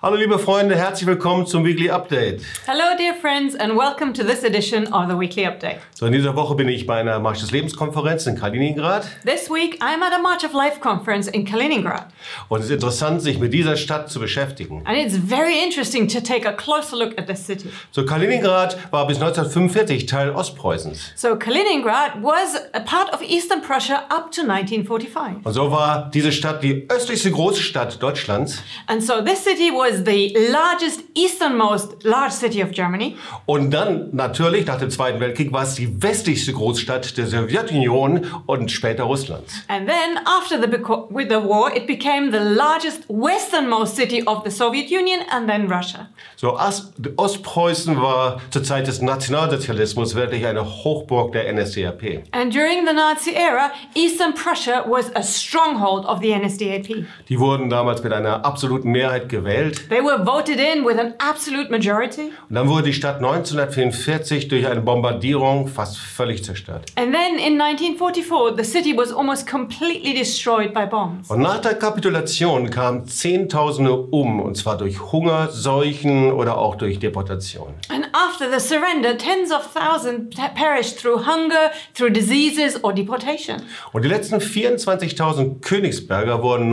Hallo liebe Freunde, herzlich willkommen zum Weekly Update. Hello, dear friends, and welcome to this edition of the Weekly Update. So, in dieser Woche bin ich bei einer Marsch des Lebens-Konferenz in Kaliningrad This week, I'm at a March of Life conference in Kaliningrad, und es ist interessant, sich mit dieser Stadt zu beschäftigen. and it's very interesting to take a closer look at this city. So, Kaliningrad war bis 1945 Teil Ostpreußens. So, Kaliningrad was a part of Eastern Prussia up to 1945. Und so war diese Stadt die östlichste Großstadt Deutschlands And so, this city was the largest, easternmost large city of Germany. und dann natürlich nach dem Zweiten Weltkrieg war es die westlichste Großstadt der Sowjetunion und später Russlands. And then, after the, beco- with the war, it became the largest, westernmost city of the Soviet Union and then Russia. So As- Ostpreußen war zur Zeit des Nationalsozialismus wirklich eine Hochburg der NSDAP. And during the Nazi era, Eastern Prussia was a stronghold of the NSDAP. Die wurden damals mit einer absoluten Mehrheit gewählt. They were voted in with an absolute majority. Und dann wurde die Stadt 1944 durch eine Bombardierung fast völlig zerstört. And then in 1944, the city was almost completely destroyed by bombs. Und nach der Kapitulation kamen Zehntausende um, und zwar durch Hunger, Seuchen oder auch durch Deportation. And after the surrender, tens of thousands pe- perished through hunger, through diseases, or deportation. Und die letzten 24.000 Königsberger wurden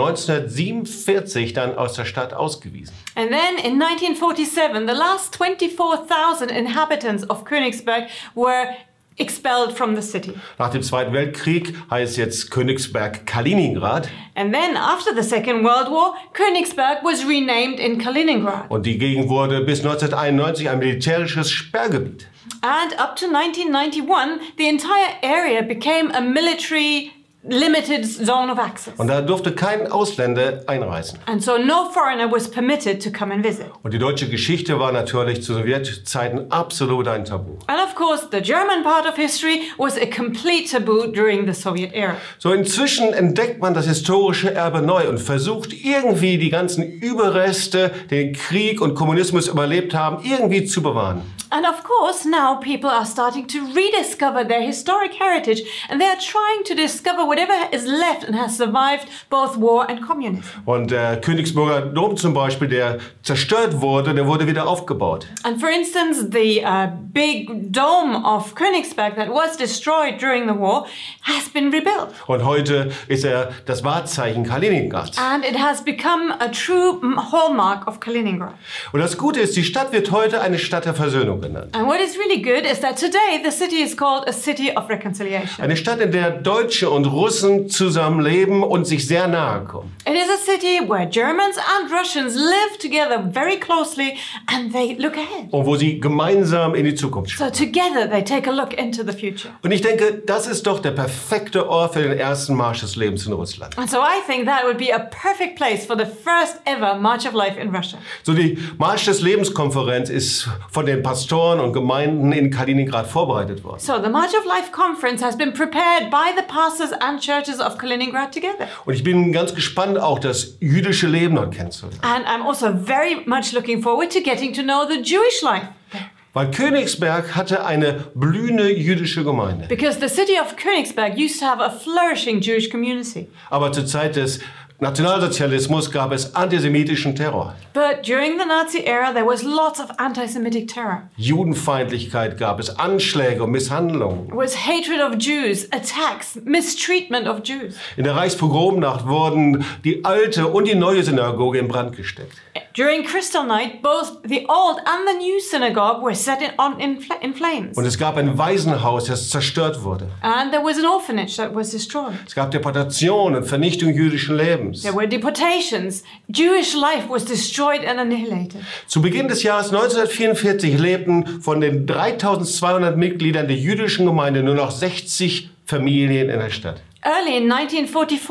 1947 dann aus der Stadt ausgewiesen. And then in 1947, the last 24,000 inhabitants of Königsberg were expelled from the city. Nach dem Zweiten Weltkrieg heißt jetzt Königsberg Kaliningrad And then after the Second World War, Königsberg was renamed in Kaliningrad. und die Gegend wurde bis 1991 ein militärisches Sperrgebiet. And up to 1991, the entire area became a military limited zone of access. Und da durfte kein Ausländer einreisen. And so no foreigner was permitted to come and visit. Und die deutsche Geschichte war natürlich zu Sowjetzeiten absolut ein Tabu. And of course, the German part of history was a complete taboo during the Soviet era. So inzwischen entdeckt man das historische Erbe neu und versucht irgendwie die ganzen Überreste, den Krieg und Kommunismus überlebt haben, irgendwie zu bewahren. And of course, now people are starting to rediscover their historic heritage and they are trying to discover whatever is left and has survived both war and communism. Und der Königsburger Dom zum Beispiel, der zerstört wurde, der wurde wieder aufgebaut. And for instance, the uh, big dome of Königsberg that was destroyed during the war has been rebuilt. Und heute ist er das Wahrzeichen Kaliningrads. And it has become a true m- hallmark of Kaliningrad. Und das Gute ist, die Stadt wird heute eine Stadt der Versöhnung genannt. And what is really good is that today the city is called a city of reconciliation. Eine Stadt, in der Deutsche und Russen zusammenleben und sich sehr nahe kommen. It is a city where Germans and Russians live together very closely and they look ahead. und wo sie gemeinsam in die Zukunft schauen. So together they take a look into the future. Und ich denke, das ist doch der perfekte Ort für den ersten Marsch des Lebens in Russland. And so I think that would be a perfect place for the first ever March of Life in Russia. So die Marsch des Lebens-Konferenz ist von den Pastoren und Gemeinden in Kaliningrad vorbereitet worden. So the March of Life conference has been prepared by the pastors and churches of Kaliningrad together. Und ich bin ganz gespannt, auch das jüdische Leben dort kennenzulernen. And I'm also very much looking forward to getting to know the Jewish life. Weil Königsberg hatte eine blühende jüdische Gemeinde. Because the city of Königsberg used to have a flourishing Jewish community. Aber zur Zeit des Nationalsozialismus gab es antisemitischen Terror. But during the Nazi era, there was lots of anti Semitic terror. Judenfeindlichkeit gab es, Anschläge und Misshandlungen. There was hatred of Jews, attacks, mistreatment of Jews. In der Reichspogromnacht wurden die alte und die neue Synagoge in Brand gesteckt. During Kristallnacht, both the old and the new synagogue were set in, on, in, fl- in flames. Und es gab ein Waisenhaus, das zerstört wurde. And there was an orphanage that was destroyed. Es gab Deportation und Vernichtung jüdischen Lebens. There were deportations. Jewish life was destroyed and annihilated. Zu Beginn des Jahres 1944 lebten von den 3200 Mitgliedern der jüdischen Gemeinde nur noch 60 Familien in der Stadt. Early in 1944,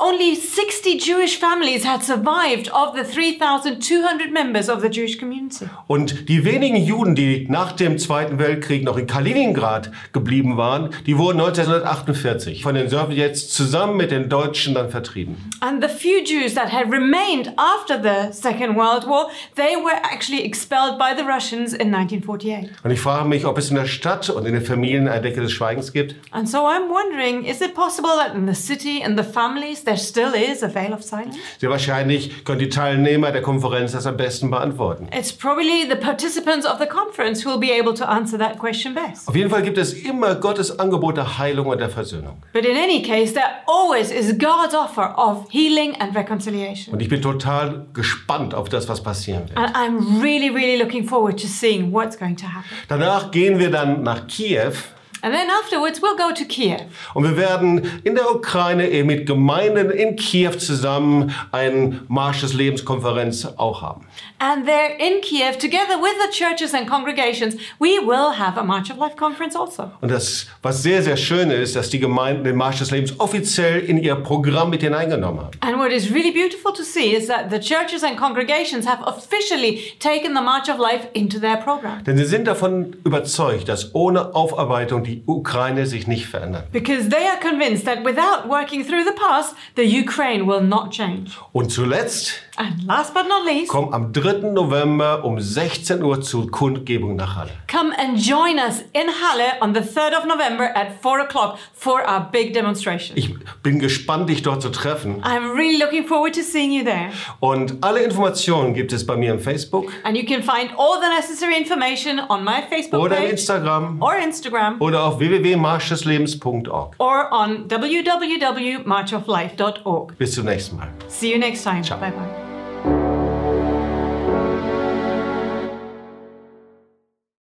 only 60 Jewish families had survived of the 3,200 members of the Jewish community. Und die wenigen Juden, die nach dem Zweiten Weltkrieg noch in Kaliningrad geblieben waren, die wurden 1948 von den Sowjets zusammen mit den Deutschen dann vertrieben. And the few Jews that had remained after the Second World War, they were actually expelled by the Russians in 1948. Und ich frage mich, ob es in der Stadt und in den Familien eine Decke des Schweigens gibt. And so I'm wondering, is it possible possible that in the city and the families there still is a veil of silence? Sehr wahrscheinlich können die Teilnehmer der Konferenz das am besten beantworten. It's probably the participants of the conference who will be able to answer that question best. Auf jeden Fall gibt es immer Gottes Angebot der Heilung und der Versöhnung. But in any case, there always is God's offer of healing and reconciliation. Und ich bin total gespannt auf das, was passieren wird. And I'm really, really looking forward to seeing what's going to happen. Danach gehen wir dann nach Kiew And then afterwards, we'll go to Kiev. und wir werden in der Ukraine eben mit Gemeinden in Kiew zusammen eine Marsch des Lebenskonferenz auch haben. And there in Kiev, together with the churches and congregations, we will have a March of Life conference also. Und das, was sehr, sehr schön ist, dass die Gemeinden den Marsch des Lebens offiziell in ihr Programm mit hineingenommen haben. And what is really beautiful to see is that the churches and congregations have officially taken the March of Life into their program. Denn sie sind davon überzeugt, dass ohne Aufarbeitung die Ukraine sich nicht verändert. Because they are convinced that without working through the past, the Ukraine will not change. Und zuletzt And last but not least, komm am 3. November um 16 Uhr zur Kundgebung nach Halle. come and join us in Halle on the 3rd of November at 4 o'clock for our big demonstration. Ich bin gespannt, dich dort zu treffen. I'm really looking forward to seeing you there. Und alle Informationen gibt es bei mir im Facebook And you can find all the necessary information on my Facebook oder im page Instagram or Instagram oder auf www.marschdeslebens.org. or on www.marchoflife.org. Bis zum nächsten Mal. See you next time. Ciao. Bye bye.